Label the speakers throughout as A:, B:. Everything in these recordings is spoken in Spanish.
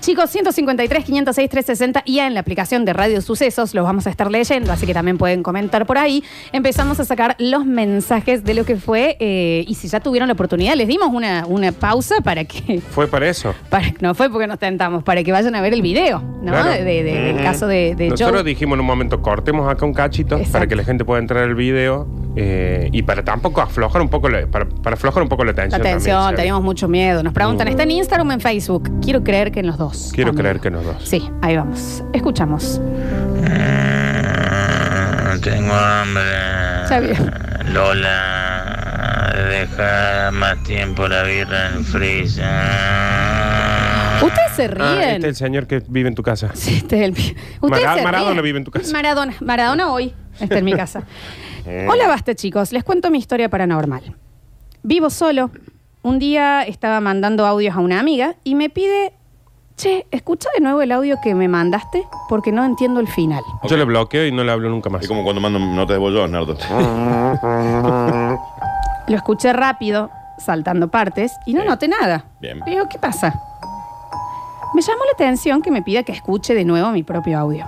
A: Chicos, 153, 506, 360 y en la aplicación de Radio Sucesos los vamos a estar leyendo, así que también pueden comentar por ahí. Empezamos a sacar los mensajes de lo que fue eh, y si ya tuvieron la oportunidad, les dimos una, una pausa para que...
B: Fue para eso.
A: para- no fue porque nos tentamos, para que vayan a ver el video, ¿no?
B: Claro.
A: De- de- de- Del
B: Ujú.
A: caso de, de
B: Nosotros
A: Joe.
B: dijimos en un momento, cortemos acá un cachito
A: Exacto.
B: para que la gente pueda entrar al video eh, y para tampoco aflojar un poco la, para, para aflojar un poco la
A: La
B: tensión.
A: tensión,
B: también, ¿sí? Mm.
A: teníamos mucho miedo. Nos preguntan, ¿está en Instagram o en Facebook? Quiero creer que en los dos.
B: Quiero
A: amigo.
B: creer que en los dos.
A: Sí, ahí vamos. Escuchamos.
C: Tengo hambre.
A: Sabía.
C: Lola, deja más tiempo la birra en el freezer.
A: Ustedes se ríen.
B: Ah, este es el señor que vive en tu casa.
A: Sí, este es el pi- Ustedes
B: Mara-
A: se
B: Maradona
A: ríen.
B: vive en tu casa. Eh.
A: Maradona, Maradona hoy está en mi casa. Hola, basta, chicos. Les cuento mi historia paranormal. Vivo solo. Un día estaba mandando audios a una amiga y me pide, che, escucha de nuevo el audio que me mandaste porque no entiendo el final.
B: Yo le bloqueo y no le hablo nunca más.
D: Es como cuando mando notas de bollos, Nardo.
A: Lo escuché rápido, saltando partes, y
B: Eh.
A: no
D: Sí.
A: noté nada.
D: Bien.
A: Digo, ¿qué pasa? Me llamó la atención que me pida que escuche de nuevo mi propio audio.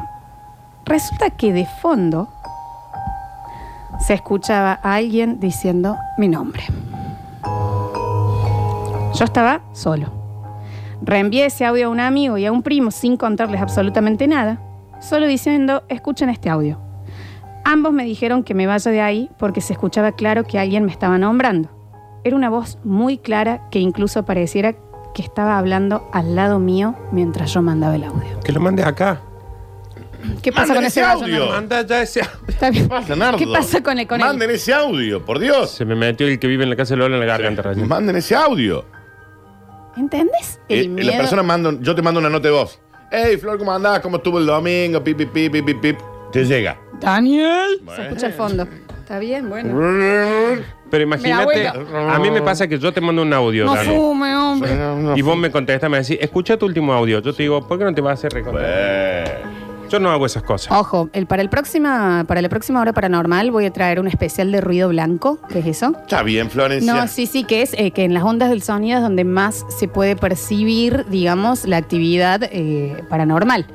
A: Resulta que de fondo se escuchaba a alguien diciendo mi nombre. Yo estaba solo. Reenvié ese audio a un amigo y a un primo sin contarles absolutamente nada, solo diciendo, escuchen este audio. Ambos me dijeron que me vaya de ahí porque se escuchaba claro que alguien me estaba nombrando. Era una voz muy clara que incluso pareciera que estaba hablando al lado mío mientras yo mandaba el audio.
B: Que lo mande acá.
A: ¿Qué pasa
D: Manden
A: con
D: ese
A: ese gallo,
D: audio.
A: Nardo?
B: Manda ya ese.
A: Está bien.
D: Basta, Nardo.
A: ¿Qué pasa con el, con el-
D: Manden ese audio, por Dios.
B: Se me metió el que vive en la casa de Lola en la garganta. recién.
D: Manden ese audio.
A: ¿Entendés?
D: Eh, eh, La persona manda, un- yo te mando una nota de voz. Hey, Flor, ¿cómo andás? ¿Cómo estuvo el domingo? Pip, pip, pip, pip, pip, pip. Te llega.
A: Daniel. Se
D: Bueno.
A: escucha al fondo. Está bien, bueno.
B: Pero imagínate,
A: abuelo.
B: a mí me pasa que yo te mando un audio,
A: No
B: Dani,
A: fume, hombre.
B: Y vos me contestas, me decís, escucha tu último audio. Yo te digo, ¿por qué no te vas a hacer recordar?
D: Bueno.
B: Yo no hago esas cosas.
A: Ojo, el, para, el próxima, para la próxima hora paranormal voy a traer un especial de ruido blanco. ¿Qué es eso?
D: Está bien, Florencia.
A: No, sí, sí, que es eh, que en las ondas del sonido es donde más se puede percibir, digamos, la actividad eh, paranormal.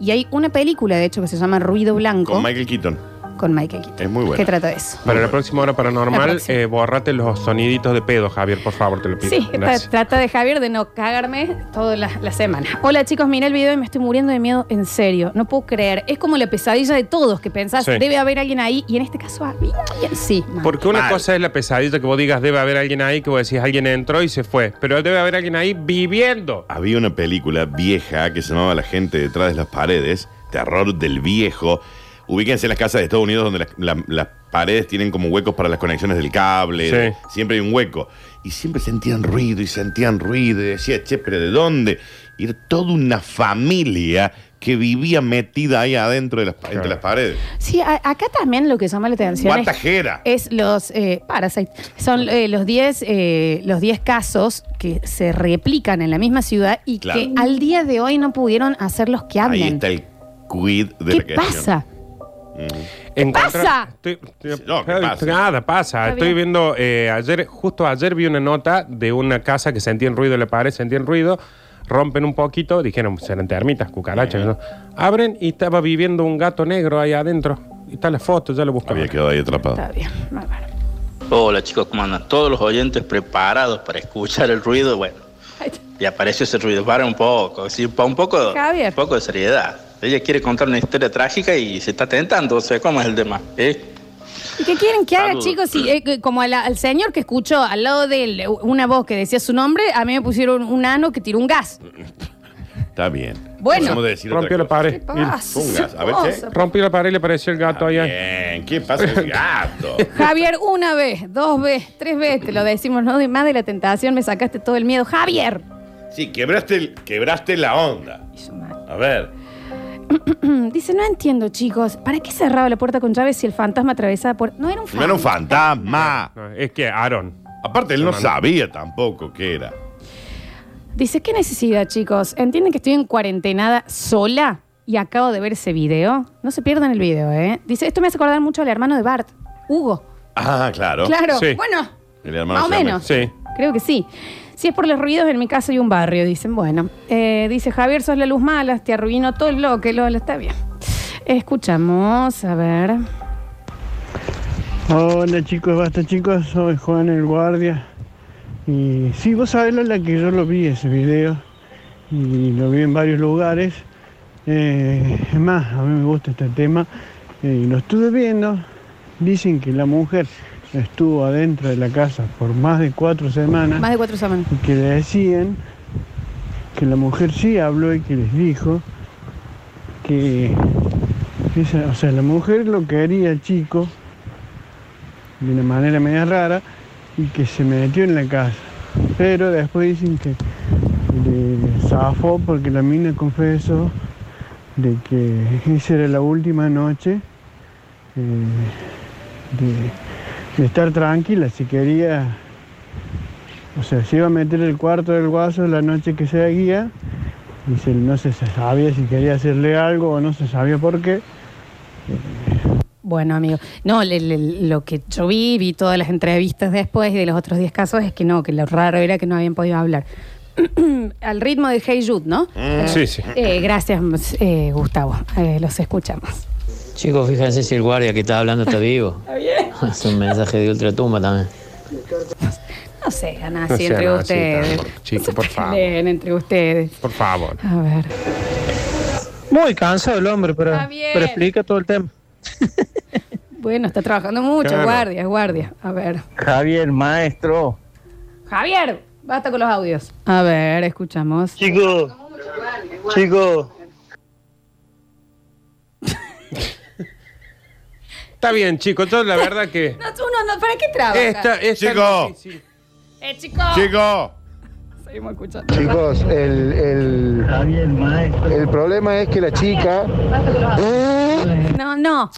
A: Y hay una película, de hecho, que se llama Ruido Blanco con,
D: Con Michael Keaton.
A: Michael Keaton.
D: Es muy buena.
A: Que trata de eso.
B: Para la próxima hora
A: La
B: paranormal,
A: próxima.
B: eh, borrate los soniditos de pedo, Javier, por favor, te lo pido.
A: Sí, tra-
B: Gracias.
A: trata de Javier de no cagarme toda la, la semana. Hola chicos, miré el video y me estoy muriendo de miedo, en serio. No puedo creer. Es como la pesadilla de todos que pensás,
B: Sí.
A: debe haber alguien ahí y en este caso había alguien. Sí, man.
B: Porque una
D: Mal.
B: cosa es la pesadilla que vos digas, debe haber alguien ahí, que vos decís, alguien entró y se fue. Pero debe haber alguien ahí viviendo.
D: Había una película vieja que se llamaba La gente detrás de las paredes, Terror del Viejo. Ubíquense en las casas de Estados Unidos donde las, la- las paredes tienen como huecos para las conexiones del cable.
B: Sí.
D: de- siempre hay un hueco. Y siempre sentían ruido y sentían ruido y decía, che, pero ¿de dónde? Y era toda una familia que vivía metida ahí adentro de las, pa- entre las paredes.
A: Sí, a- acá también lo que llama la atención es
D: Guatajera.
A: es los eh, Parasite. Son eh, los 10 eh, los 10 casos que se replican en la misma ciudad y
D: Claro.
A: que al día de hoy no pudieron hacer los que
D: Ahí
A: hablan.
D: está el quid de la
A: ¿Qué
D: cuestión.
A: pasa?
B: Encontra-
A: pasa?
B: Estoy- estoy-
D: No, ¿qué pasa?
B: Nada, pasa.
A: Está
B: Estoy
A: bien.
B: viendo, eh, ayer, justo ayer vi una nota de una casa que sentía el ruido de la pared, sentía el ruido, rompen un poquito, dijeron, serán termitas, cucarachas. ¿no? Abren y estaba viviendo un gato negro ahí adentro. Y está la foto, ya lo buscaba.
D: Había quedado ahí atrapado.
A: Está bien, bárbaro.
E: Hola chicos, ¿cómo andan? Todos los oyentes preparados para escuchar el ruido, bueno,
A: Ahí está.
E: y apareció ese ruido, para un poco, sí, pa- un poco,
A: Javier.
E: un poco de seriedad. Ella quiere contar una historia trágica y se está tentando, o sea, ¿cómo es el tema? ¿Eh?
A: ¿Y qué quieren que haga,
E: Saludos.
A: chicos? Si, eh, que- como a la- al señor que escuchó al lado de él, eh, una voz que decía su nombre, a mí me pusieron un ano que tiró un gas.
D: Está bien.
A: Bueno.
D: Podemos decir otra
B: Rompió la
D: cosa.
B: pared.
A: ¿Qué pasa?
D: Eh, un gas. A ver, che.
A: Cosa.
B: Rompió la pared y le apareció el gato ahí.
D: Bien, ¿qué pasa con el gato?
A: Javier, una vez, dos veces, tres veces, te lo decimos, no de más de la tentación, me sacaste todo el miedo. Javier.
D: Sí, quebraste, el- quebraste la onda.
A: Y yo, "Ma,
D: A ver.
A: Mm, Dice, no entiendo, chicos. ¿Para qué cerraba la puerta con llave si el fantasma atravesaba por.? No era un
D: No
A: fantasma.
D: era un fantasma.
B: No, Ah, es que Aaron.
D: Aparte, él no sabía tampoco qué era.
A: Dice, ¿qué necesidad, chicos? ¿Entienden que estoy en cuarentenada sola y acabo de ver ese video? No se pierdan el video, ¿eh? Dice, esto me hace acordar mucho al hermano de Bart, Hugo.
D: Ah, claro.
A: Claro.
B: Sí.
A: Bueno,
D: El hermano
A: más o
D: se llama-
A: menos.
B: Sí.
A: Creo que sí. Si es por los ruidos, en mi casa hay un barrio, dicen. Bueno, eh, dice Javier, sos la luz mala, te arruinó todo el bloque, Lola, está bien. Escuchamos, a ver.
F: Hola chicos, basta chicos, soy Juan el Guardia. Y sí, vos sabés la que yo lo vi ese video y lo vi en varios lugares. Eh, es más, a mí me gusta este tema eh, y lo estuve viendo. Dicen que la mujer estuvo adentro de la casa por más de cuatro semanas
A: Más de cuatro semanas.
F: y que le decían que la mujer sí habló y que les dijo que esa- o sea, la mujer lo quería al chico de una manera media rara y que se metió en la casa. Pero después dicen que le zafó porque la mina confesó de que esa era la última noche eh, de- de estar tranquila. Si quería o sea, se iba a meter el cuarto del guaso la noche que seguía y se- no se sabía si quería hacerle algo o no se sabía por qué.
A: Bueno, amigo. No, le- le- lo que yo vi, vi todas las entrevistas después y de los otros 10 casos es que no, que lo raro era que no habían podido hablar. Al ritmo de Hey Jude, ¿no?
B: Mm. Sí, sí.
A: Eh, gracias, eh, Gustavo. Eh, los escuchamos.
G: Chicos, fíjense si el guardia que está hablando está vivo. Es un mensaje de ultratumba también.
A: No sé, ganas
B: No
A: así
B: sean
A: entre
B: así,
A: ustedes.
B: tan- chicos,
A: No se
B: por favor.
A: peleen entre ustedes.
B: Por favor.
A: A ver.
H: Muy cansado el hombre, pero,
A: Está bien.
H: pero explica todo el tema.
A: Bueno, está trabajando mucho,
B: Claro.
A: guardia, guardia. A ver.
I: Javier, maestro.
A: Javier, basta con los audios. A ver, escuchamos.
H: Chicos, chicos,
B: Está bien, chicos. Yo la verdad que.
A: No, uno no, ¿para qué trabaja?
B: Esta, esta
D: Chico.
B: Sí, sí.
A: Eh, chico.
D: Chico,
A: Seguimos escuchando.
J: Chicos, el, el, el problema es que la chica...
A: No, no.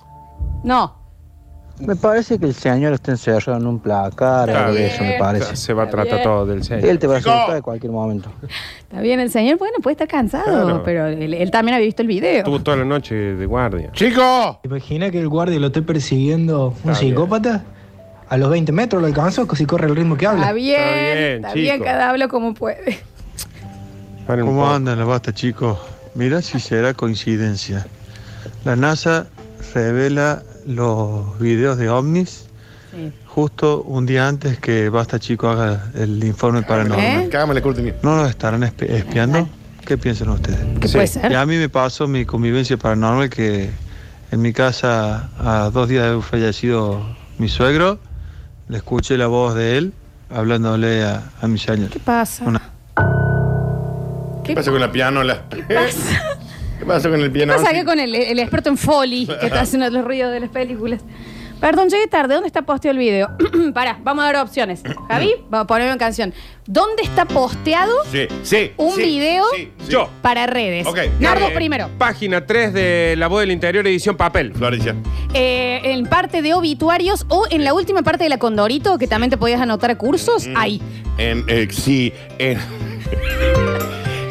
A: No.
I: Me parece que el señor está encerrado en un placar,
B: Está
I: algo de
B: bien.
I: eso me parece.
B: Se va a tratar todo del
I: Él
B: señor.
I: te va a
D: Chico.
I: soltar en cualquier momento.
A: Está bien el señor, bueno, puede estar cansado,
B: Claro.
A: pero él, él también había visto el video.
B: Estuvo toda la noche de guardia.
D: chico.
K: Imagina que el guardia lo esté persiguiendo un
B: Está
K: psicópata. A los 20 metros lo alcanzó, si corre el ritmo que
A: Está
K: habla.
A: bien,
B: Está bien,
A: está bien,
B: chico.
A: cada hablo como puede.
B: Paren un
J: ¿Cómo
B: poco.
J: andan las basta, chicos? Mirá si será coincidencia. La NASA revela los videos de ovnis
A: Sí.
J: justo un día antes que Basta Chico haga el informe paranormal.
A: ¿Eh?
D: Cágame la cortina.
J: ¿No los estarán espi- espiando? ¿Qué piensan ustedes?
A: ¿Qué
B: Sí.
A: puede
J: Y
A: ser?
J: a mí me pasó mi convivencia paranormal que en mi casa, a dos días de haber fallecido mi suegro, le escuché la voz de él hablándole a, a mi señor.
A: ¿Qué pasa?
J: Una-
A: ¿Qué,
D: ¿Qué pasa con la pianola?
A: qué pasa?
D: ¿Qué pasa con el
A: ¿Qué
D: piano?
A: pasa acá con el, el experto en Foley que está haciendo los ruidos de las películas? Perdón, llegué tarde. ¿Dónde está posteado el video? Pará, vamos a dar opciones. Javi, va a ponerme en canción. ¿Dónde está posteado
D: Sí, sí.
A: un
D: sí,
A: video
D: Sí, sí.
B: Yo.
A: para redes?
D: Ok,
A: Nardo
B: Eh,
A: primero.
B: Página 3 de La Voz del Interior, edición papel.
D: Florencia.
A: Eh, en parte de obituarios o en la última parte de la Condorito, que también te podías anotar a cursos,
D: Mm.
A: ahí.
D: En, eh, sí, en.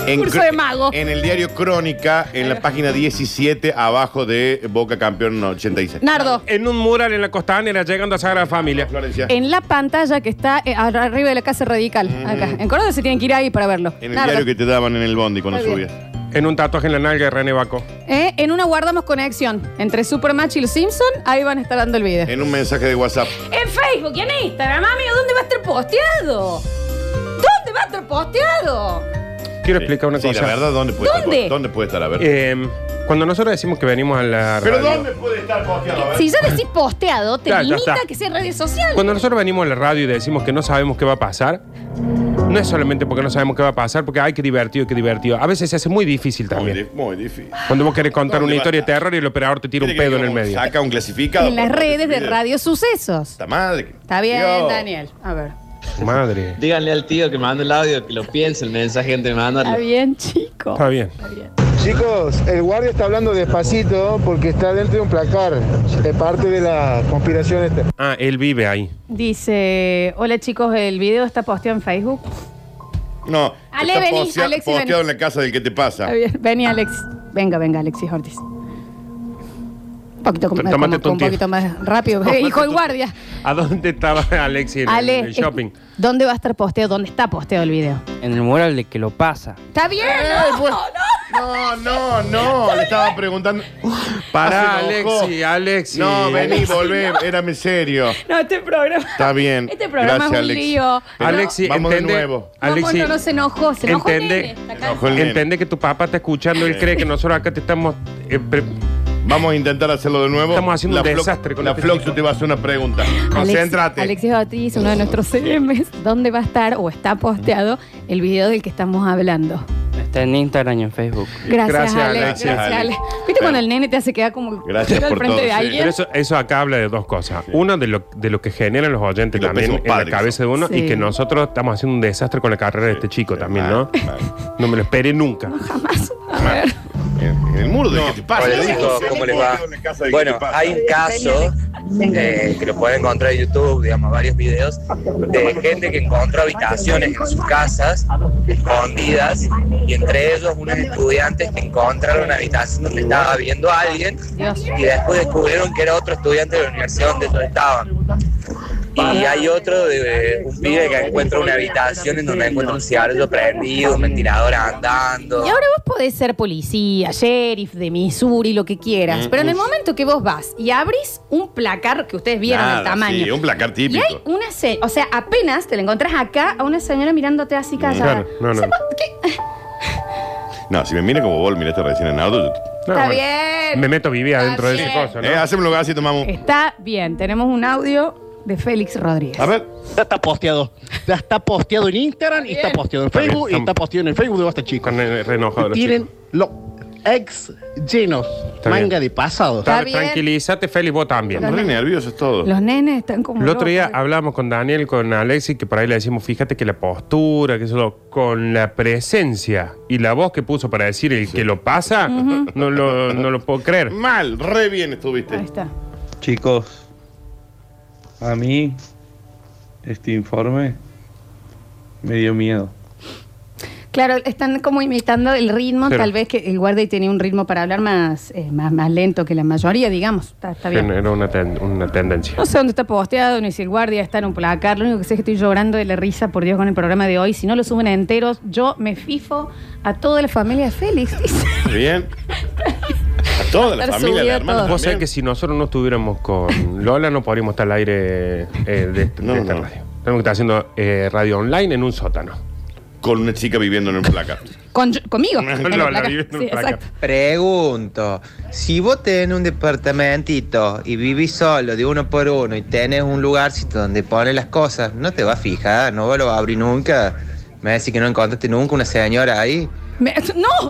D: en
A: Curso de mago.
D: En el diario Crónica, en la página 17, abajo de Boca Campeón 86.
A: Nardo,
B: En un mural en la costanera, llegando a Sagrada Familia.
D: Florencia. En,
A: en la pantalla que está eh, ar- arriba de la Casa Radical, acá. En Córdoba se tienen que ir ahí para verlo.
D: el
A: Nardo.
D: diario que te daban Mm. en el bondi cuando
A: Muy
D: subías.
A: bien.
B: En un tatuaje en la nalga de René Baco.
A: Eh, En una guardamos conexión entre Supermatch y los Simpson, ahí van a estar dando el video.
D: En un mensaje de WhatsApp.
A: En Facebook y en Instagram, amigo, ¿dónde va a estar posteado? ¿Dónde va a estar posteado?
B: Quiero explicar una
D: sí,
B: cosa.
D: la verdad, ¿dónde puede
A: ¿Dónde?
D: estar? ¿Dónde puede estar? A ver.
B: Eh, cuando nosotros decimos que venimos a la
D: ¿Pero
B: radio-
D: dónde puede estar posteado? A ver.
A: Si ya decís posteado, te
B: Ya, ya
A: limita
B: está.
A: a que sea redes sociales.
B: Cuando nosotros venimos a la radio y decimos que no sabemos qué va a pasar, no es solamente porque no sabemos qué va a pasar, porque hay que divertido, que divertido. A veces se hace muy difícil
D: Muy,
B: también.
D: di- muy difícil.
B: Cuando vos querés contar
D: ¿Dónde
B: una
D: va?
B: historia de terror y el operador te Ah, tira un
D: Tiene que
B: pedo en el
D: como
B: medio.
D: Saca un clasificado.
A: En las
D: por-
A: redes de Radio Sucesos.
D: Esta madre.
A: Está bien,
D: Dios.
A: Daniel. A ver.
B: Madre.
G: Díganle al tío que mande el audio, que lo piense el mensaje antes de
A: Está
G: mandarlo.
A: bien, chico.
B: Está bien.
J: Chicos, el guardia está hablando despacito porque está dentro de un placar. Es parte de la conspiración esta.
B: Ah, él vive ahí.
A: Dice, hola chicos, el video está posteado en Facebook.
D: No.
A: Ale,
D: está
A: vení,
D: postea-
A: Alexi,
D: posteado
A: vení.
D: en la casa del que te pasa.
A: Está bien. Vení, Alex. Venga, venga, Alexis Ortiz. poquito, como-
B: Tómate
A: como-
B: tu
A: un
B: tiempo.
A: poquito más rápido.
B: Tómate
A: hijo de
B: tu-
A: guardia.
B: ¿A dónde estaba Alexi en el-
A: Ale,
B: en el shopping?
A: eh, ¿dónde va a estar posteo? ¿Dónde está posteo el video? Eh, pues.
L: En el mural de que lo pasa.
A: ¡Está bien! no,
D: No, no, no. Le estaba preguntando.
B: Pará,
D: Ah, se enojó.
B: Alexi, Alexi.
D: No, vení,
B: Alexi,
D: volvé. Érame serio.
A: No, este programa.
D: Está bien.
A: Este programa es
D: Gracias,
A: un
D: Alexi.
A: lío.
D: Pero
B: Alexi,
D: vamos de
B: entende-
D: nuevo.
A: Vamos,
B: Alexi,
A: no, no se enojó, se enojó el
B: Entende-
A: nene. Está
D: Enojó el nene.
B: Entiende que tu papá está escuchando, él
D: Sí.
B: cree que nosotros acá te estamos. eh, pre-
D: Vamos a intentar hacerlo de nuevo.
B: Estamos haciendo
D: la
B: un
D: Flox-
B: desastre con
D: La
B: este
D: Floxu te va a hacer una pregunta.
A: Alexis-
D: Concéntrate.
A: Alexis Batiz, uno de nuestros CMs, ¿dónde va a estar o está posteado el video del que estamos hablando?
L: Está en Instagram y en Facebook.
A: Gracias,
B: Gracias,
A: Ale.
B: Alexis.
A: Gracias, Ale. ¿Viste cuando el nene te hace quedar como
D: Gracias
A: al
D: por
A: frente
D: todo,
A: de
D: sí.
A: alguien?
B: Pero eso, eso acá habla de dos cosas. Uno, de lo, de lo que generan los oyentes
D: Y los
B: también
D: pésimos
B: en la
D: padres.
B: cabeza de uno.
A: Sí.
B: Y que nosotros estamos haciendo un desastre con la carrera de este chico también,
D: Ah,
B: ¿no? No me lo esperé nunca.
D: En el muro de que te pasa.
M: Hola chicos, ¿cómo les va? Bueno, hay un caso eh, que lo pueden encontrar en YouTube, digamos, varios videos, de gente que encontró habitaciones en sus casas escondidas y entre ellos unos estudiantes que encontraron una habitación donde estaba viendo a alguien y después descubrieron que era otro estudiante de la universidad donde ellos estaban. Y hay otro de un pibe que encuentra una habitación en donde encuentra un cigarrillo prendido, un ventilador andando.
A: Y ahora vos podés ser policía, sheriff de Missouri, lo que quieras.
D: Mm,
A: pero en el
D: uf.
A: momento que vos vas y abrís un placar que ustedes vieron
D: Nada,
A: el tamaño.
D: Sí, un placar
A: y hay
D: típico.
A: una se o sea, apenas te la encontrás acá a una señora mirándote así callada.
D: Mm. Claro, no, no. No, si me mira como vos, miraste recién en auto.
A: No, Está bueno. bien.
B: Me meto a vivir adentro de ese
A: bien.
B: coso, ¿no?
D: Eh, hacemos un lugar así, tomamos.
A: Está bien, tenemos un audio de Félix Rodríguez.
D: A ver.
N: Ya está posteado. Ya está posteado en Instagram y está posteado en
B: Está bien,
N: Facebook y
B: estamos-
N: está posteado en el Facebook de Basta Chicos.
B: Con el reenojado. los
N: Tienen los ex llenos.
B: Está bien.
N: manga de pasado.
B: Está-
A: Está bien.
B: Tranquilízate, Félix, vos también.
A: Los Re nenes.
D: nervioso es todo.
A: Los nenes están como.
B: El otro día
A: locos.
B: hablábamos con Daniel, con Alexis, que por ahí le decimos, fíjate que la postura, que eso, con la presencia y la voz que puso para decir el que lo pasa, no, lo, no lo puedo creer.
D: Mal, re bien estuviste.
A: Ahí está.
J: Chicos, a mí este informe me dio miedo.
A: Claro, están como imitando el ritmo,
J: Pero-
A: tal vez que el guardia tenía un ritmo para hablar más, eh, más, más lento que la mayoría, digamos. Está, está bien.
B: Era una, ten- una tendencia.
A: No sé dónde está posteado, ni si el guardia está en un placar. Lo único que sé es que estoy llorando de la risa, por Dios, con el programa de hoy. Si no lo suben enteros, yo me fifo a toda la familia de Félix. dice.
D: Bien. A toda la
A: Estar
D: familia, la
A: subido
D: hermana.
A: todo.
B: Vos
D: también.
B: sabés que si nosotros no estuviéramos con Lola, no podríamos estar al aire eh, de, de
D: No,
B: esta
D: no.
B: radio. Tenemos que estar haciendo eh, radio online en un sótano.
D: Con una chica viviendo en un placar.
A: Con- conmigo.
D: No,
A: En el
D: no,
A: placar.
D: la vive en un
A: Sí,
D: placar.
A: exacto.
O: Pregunto, si vos tenés un departamentito y vivís solo de uno por uno y tenés un lugarcito donde pones las cosas, no te vas a fijar, no vos lo vas a abrir nunca. Me vas a decir que no encontraste nunca una señora ahí.
A: Me- no.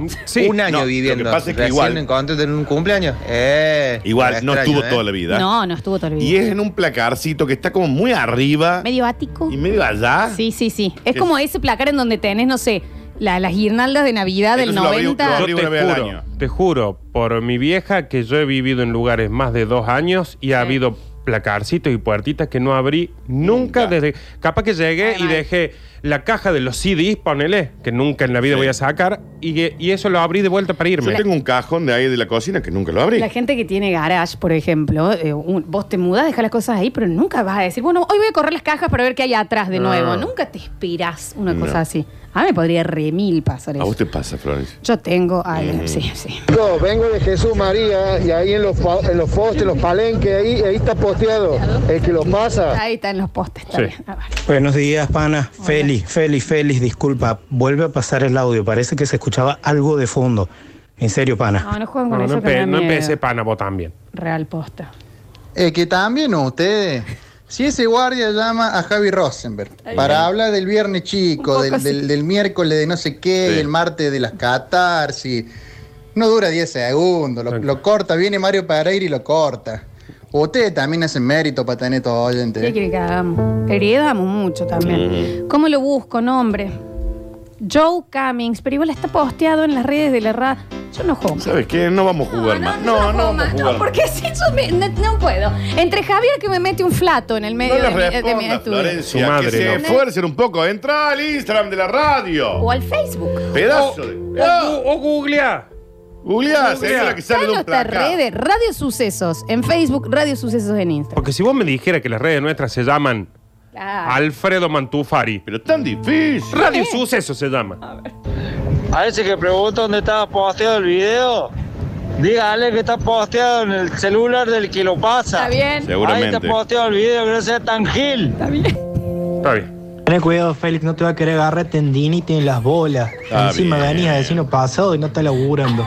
O: un año viviendo.
D: Lo que pasa es que
O: Recién
D: igual.
O: la encontraste en un cumpleaños. Eh,
D: Igual,
O: me
D: no
O: extraño,
D: estuvo
O: eh.
D: toda la vida.
A: No, no estuvo todo el
D: Y
A: video.
D: es en un placarcito que está como muy arriba
A: Medio ático.
D: y medio allá.
A: Sí, sí, sí. Es
D: Sí.
A: como ese placar en donde tenés, no sé, la- las guirnaldas de Navidad del
D: Entonces lo
A: 90.
D: abrió- lo
B: Yo
D: abrió una vez
B: te
D: al
B: juro,
D: año.
B: te juro, por mi vieja, que yo he vivido en lugares más de dos años y ha habido placarcitos y puertitas que no abrí nunca desde... Capaz que llegué y dejé la caja de los CDs, ponele, que nunca en la vida voy a sacar, y, que- y eso lo abrí de vuelta para irme.
D: Yo tengo un cajón de ahí de la cocina que nunca lo abrí.
A: La gente que tiene garage, por ejemplo, eh, un- vos te mudas, dejas las cosas ahí, pero nunca vas a decir, bueno, hoy voy a correr las cajas para ver qué hay atrás de
D: No.
A: nuevo. Nunca te esperas una
D: No.
A: cosa así. A mí me podría remil pasar
D: ¿A
A: eso.
D: vos te Mm. pasa, Florencia?
A: Yo tengo. ay, Sí, sí.
P: Yo vengo de Jesús María y ahí en los, pa- en los postes, los palenques, ahí, ahí está posteado el que lo
D: Ah.
P: pasa.
A: Ahí están los postes. está bien. A ver.
K: Buenos días, pana. Félix, Félix, Félix, disculpa. Vuelve a pasar el audio. Parece que se escuchaba algo de fondo. En serio, pana.
A: No, no jueguen con
B: No,
A: eso.
B: no,
A: que me da
B: empe- no
A: miedo.
B: empecé pana vos también.
A: Real posta.
Q: Eh, que también ustedes. Si ese guardia llama a Javi Rosenberg
A: Ahí
Q: para
A: va.
Q: hablar del viernes
A: Un
Q: chico,
A: poco
Q: del,
A: así.
Q: del- del miércoles de no sé qué,
D: Sí.
Q: del martes de las catarsis, no dura 10 segundos, lo, lo corta, viene Mario Pereira y lo corta. Ustedes también hacen mérito para tener todo ¿eh?
A: ¿Qué
Q: oyente.
A: quiere que hagamos? Heredamos mucho también. ¿Cómo lo busco, nombre? Joe Cummings, pero igual está posteado en las redes de la radio. Yo no juego. más.
D: ¿Sabes qué? No vamos a jugar más.
A: Yo
D: No, no,
A: juego
D: vamos a
A: más.
D: jugar
A: No, porque si yo me- no, no puedo. Entre Javier que me mete un flato en el medio
D: No le
A: de, mi, de mi
D: responda,
A: estudio.
D: Florencia.
B: Su madre,
D: que se
B: no.
D: esfuercen un poco. Entra al Instagram de la radio. Oh,
A: O al Facebook.
D: Pedazo de. ¡Ah!
B: O, gu- o googlea.
D: Julia, sería la que sale de
A: Carlos
D: un
A: está
D: placar.
A: re de Radio Sucesos en Facebook, Radio Sucesos en Instagram.
B: Porque si vos me dijeras que las redes nuestras se llaman
A: Ah.
B: Alfredo Mantufari.
D: Pero tan difícil.
B: Radio Suceso se llama.
R: A ese que pregunta dónde estaba posteado el video, dígale que está posteado en el celular del que lo pasa.
D: Ah,
A: Está bien.
D: Seguramente.
R: Ahí está posteado el video, que no sea tan gil. Está bien.
B: Está bien.
K: Ten cuidado, Félix, no te va a querer agarrar tendinite en las bolas.
D: Está
K: Encima
D: bien.
K: venís a decirnos pasado y no está laburando.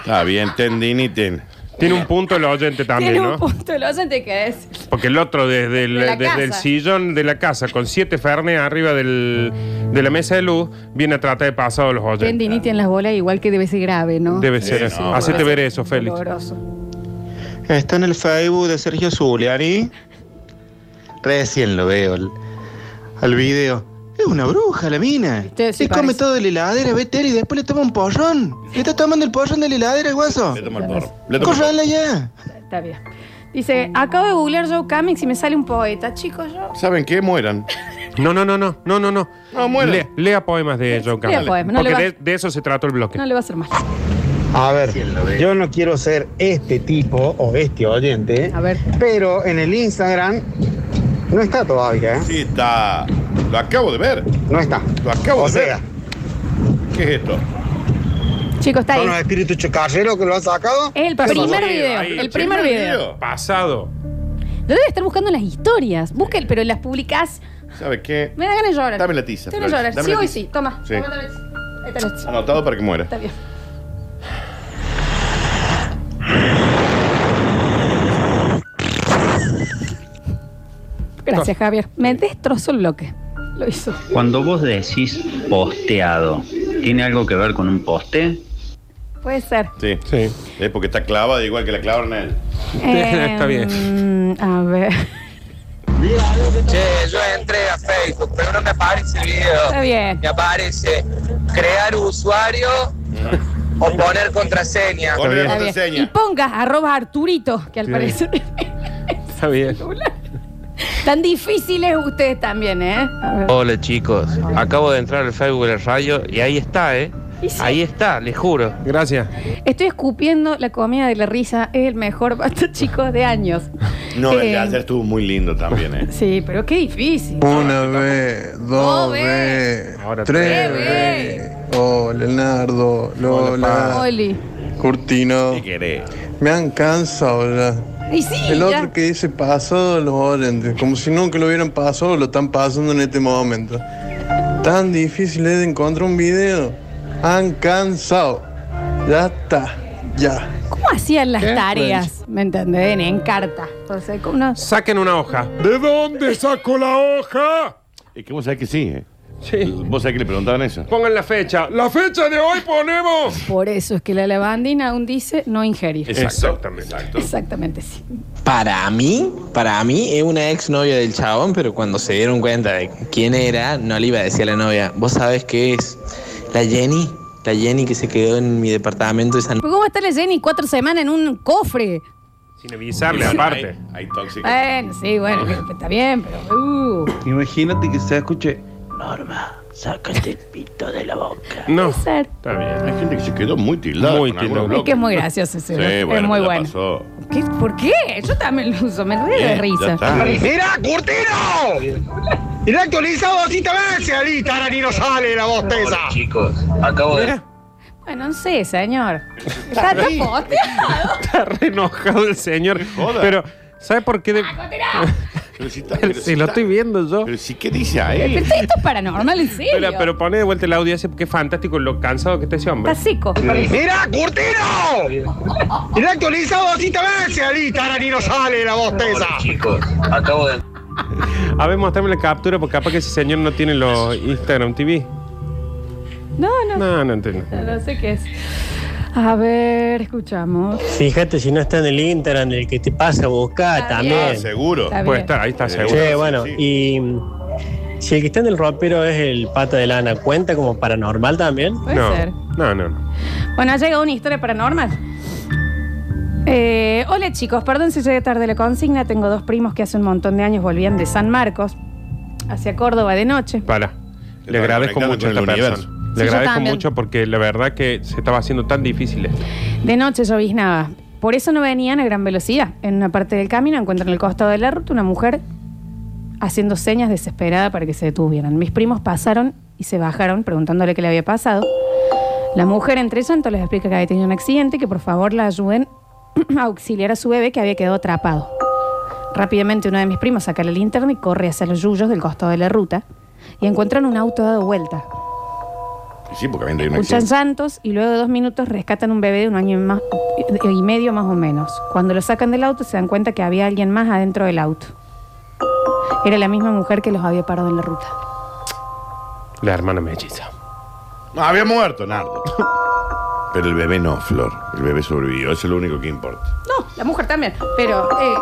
D: Está bien, tendini, ten.
B: Tiene un punto el oyente también,
A: Tiene
B: ¿no?
A: un punto el oyente que es.
B: Porque el otro desde el,
A: De la
B: desde el
A: casa.
B: sillón de la casa con siete fernes arriba del- de la mesa de luz viene a tratar de pasar a los oyentes.
A: Tendinite en las bolas, igual que debe ser grave, ¿no?
B: Debe ser así. Hacete ver eso, Félix.
A: Doloroso.
J: Está en el Facebook de Sergio Zuliani. Recién lo veo al, al video. Es una bruja la mina.
A: Sí, sí,
J: Se come
A: parece.
J: todo de la heladera, ve tele y después le toma un porrón. Le está tomando el porrón de la heladera, guaso.
D: Le toma el porro. Le toma el porro.
J: Corrala ya.
A: Está bien. Dice, acabo de googlear Joe Cummings y me sale un poeta. Chicos, yo...
D: ¿Saben qué? Mueran.
B: No, no, no, no, no, no, no.
D: No, muera.
B: Lea, lea poemas de John Campbell.
A: poemas, no le
B: Porque
A: va-
B: de, de eso se trató el bloque.
A: No le va a hacer mal.
K: A ver, yo no quiero ser este tipo o este oyente,
A: A ver.
K: pero en el Instagram no está todavía, ¿eh?
D: Sí, está. Lo acabo de ver.
K: No está.
D: Lo acabo
K: O
D: de
K: sea,
D: ver. ¿Qué es esto?
A: Chicos, está ahí.
K: son los espíritus chocarreros que lo han sacado.
A: Es el
B: Pero
A: primer
B: sí,
A: video.
B: ahí,
A: el
B: che,
A: primer video.
B: Pasado.
A: Lo debe estar buscando en las historias. Busca, el- pero las publicás.
D: ¿Sabe qué?
A: Me da ganas de llorar.
D: Dame la tiza,
A: Te ganas de llorar.
D: Flores, dame
A: Sí,
D: la
A: hoy
D: tiza.
A: sí. Toma.
D: Sí. Ah,
A: Toma, dame la tiza. Ahí está la tiza.
D: Anotado para que muera.
A: Está bien. Gracias, Javier. Me destrozó el bloque. Lo hizo.
S: Cuando vos decís posteado, ¿tiene algo que ver con un poste?
A: Puede ser.
D: Sí.
B: Sí.
D: Es porque está clavada igual que la clavaron a él.
A: Está bien. Em, A ver.
M: Che, yo entré a Facebook, pero no me aparece el video.
A: Está bien.
M: Me aparece crear usuario o poner contraseña.
D: Poner
A: Está bien. Y pongas arroba Arturito, que al
B: Sí.
A: parecer
B: Está bien.
A: tan difíciles ustedes también, ¿eh? A ver.
T: Hola chicos, acabo de entrar al Facebook de la radio y ahí está, ¿eh?
A: Y sí.
T: Ahí está, les juro.
B: Gracias.
A: Estoy escupiendo la comida de la risa. Es el mejor basta chico de años.
D: No, el de
A: Eh,
D: ayer estuvo muy lindo también, ¿eh?
A: Sí, pero qué difícil. Oh,
U: Una vez, dos
A: Dos
U: veces, tres
A: tres
U: veces. Oh, Leonardo, Lola,
A: Oli.
U: Curtino. Me han cansado ya.
A: Y sí,
U: El
A: ya.
U: otro que dice pasado los oyentes, como si nunca lo hubieran pasado, lo están pasando en este momento. Tan difícil es de encontrar un video. Han cansado. Ya está, ya.
A: ¿Cómo hacían las
U: ¿Qué? Pues.
A: tareas? ¿Me entendés? En Encarta. Entonces, ¿cómo no?
B: Saquen una hoja. ¿De dónde saco la hoja?
D: Es que vos sabés que sí, ¿eh?
B: Sí.
D: Vos sabés que le preguntaban eso.
B: Pongan la fecha. La fecha de hoy ponemos.
A: Por eso es que la lavandina aún dice no ingerir.
B: Exactamente.
A: Exactamente, sí.
V: Para mí, para mí es una ex novia del chabón, pero cuando se dieron cuenta de quién era, no le iba a decir a la novia, vos sabés qué es la Jenny, la Jenny que se quedó en mi departamento esa
A: Pero ¿Cómo está la Jenny cuatro semanas en un cofre?
B: Sin avisarle,
D: Sí.
B: aparte.
D: Hay tóxico.
A: Bueno, sí, bueno, que- está bien, pero. uh.
J: Imagínate que se escuche.
U: Norma, sácate el pito de la boca.
B: No.
A: Ser.
B: Está bien.
D: Hay gente que se quedó muy tildada.
B: Muy
D: con algunos
A: Es
B: tildada.
A: que
D: bloques.
A: es muy gracioso ese.
D: Sí,
A: es
D: bueno,
A: muy
D: la
A: bueno.
D: pasó.
A: ¿Qué? ¿Por qué? Yo también lo uso, me río de
D: Bien, ya
A: risa.
D: está.
U: ¡Mira, Curtino! ¡Mira actualizado así veces al Instagram y no sale la voz esa!
M: Chicos, acabo de.
A: Bueno, no sé, señor. Está está posteado.
B: Está re enojado el señor.
D: joda.
B: Pero, ¿sabe por qué? de-
A: Ah,
D: Pero si, está,
B: Pero si lo estoy viendo yo.
D: Pero si, ¿qué dice
A: Pero
D: ahí?
A: esto es paranormal, en serio.
B: Espera, pero pone de vuelta el audio ese porque es fantástico lo cansado que está ese hombre.
A: Está seco.
U: ¡Mira, Curtino! ¡Mira actualizado así veces al Instagram y no sale la voz esa!
M: Chicos, acabo de.
B: A ver, mostrame la captura porque capaz que ese señor no tiene los Instagram TV.
A: No, no,
B: No, no entiendo.
A: no, no sé qué es. A ver, escuchamos.
W: Fíjate si no está en el Instagram el que te pasa a buscar
A: Está
W: también.
D: Ah, seguro.
A: Está
B: Puede
A: bien.
B: estar, ahí Pues está, seguro.
W: Che, bueno, y mm, si el que está en el ropero es el pata de lana, ¿cuenta como paranormal también?
A: Puede ser.
B: No, no, no.
A: Bueno, ha llegado una historia paranormal. Eh, hola chicos, perdón si llegué tarde a la consigna. Tengo dos primos que hace un montón de años volvían de San Marcos hacia Córdoba de noche.
B: Para.
D: Está
B: Le agradezco
D: conectado
B: mucho a
D: con
B: esta
D: el universo.
B: persona.
A: Sí, yo
B: Le agradezco
A: también.
B: mucho porque la verdad que se estaba haciendo tan difícil esto.
A: De noche lloviznaba. Por eso no venían a gran velocidad. En una parte del camino encuentran al costado de la ruta una mujer haciendo señas desesperada para que se detuvieran. Mis primos pasaron y se bajaron preguntándole qué le había pasado. La mujer, entre tanto, les explica que había tenido un accidente, que por favor la ayuden a auxiliar a su bebé que había quedado atrapado. Rápidamente uno de mis primos saca la linterna y corre hacia los yuyos del costado de la ruta y encuentran un auto dado vuelta.
D: Sí, porque habían tenido un
A: Escuchan
D: accidente.
A: llantos y luego de dos minutos rescatan un bebé de un año y, más- y medio más o menos. Cuando lo sacan del auto se dan cuenta que había alguien más adentro del auto. Era la misma mujer que los había parado en la ruta.
B: La hermana melliza.
D: No, había muerto, Nardo. Pero el bebé no, Flor. El bebé sobrevivió. Eso es lo único que importa.
A: No, la mujer también, pero... eh,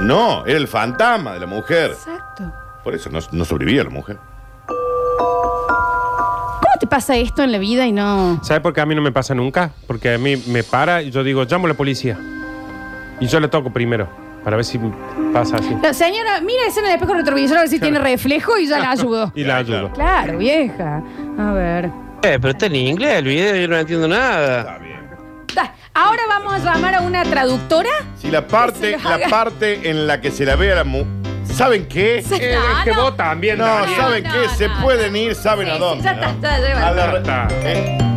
D: No, era el fantasma de la mujer.
A: exacto.
D: Por eso no, no sobrevivió la mujer.
A: ¿Cómo te pasa esto en la vida y no...?
B: ¿Sabes por qué a mí no me pasa nunca? Porque a mí me para y yo digo, llamo a la policía. Y yo le toco primero, para ver si pasa así.
A: La señora, mira escena de espejo retrovisor a ver si tiene reflejo y ya la ayudo.
B: Y la ayudo.
A: Claro, vieja. A ver.
T: Eh, pero está en inglés el video, yo no entiendo nada.
A: Da, Ahora vamos a llamar a una traductora.
D: Si la parte,
A: Que se lo haga.
D: la parte en la que se la ve a la mujer. ¿Saben qué?
A: Sí, Eh, no, es que no. vos
B: también,
D: No,
B: Daniel.
D: ¿saben
A: No,
D: qué?
A: no,
D: se
A: no,
D: pueden ir, ¿saben a dónde?
A: ya está,
D: ¿no?
A: ya, ya, ya.
D: A la
B: Ya está.
D: re- ¿Eh?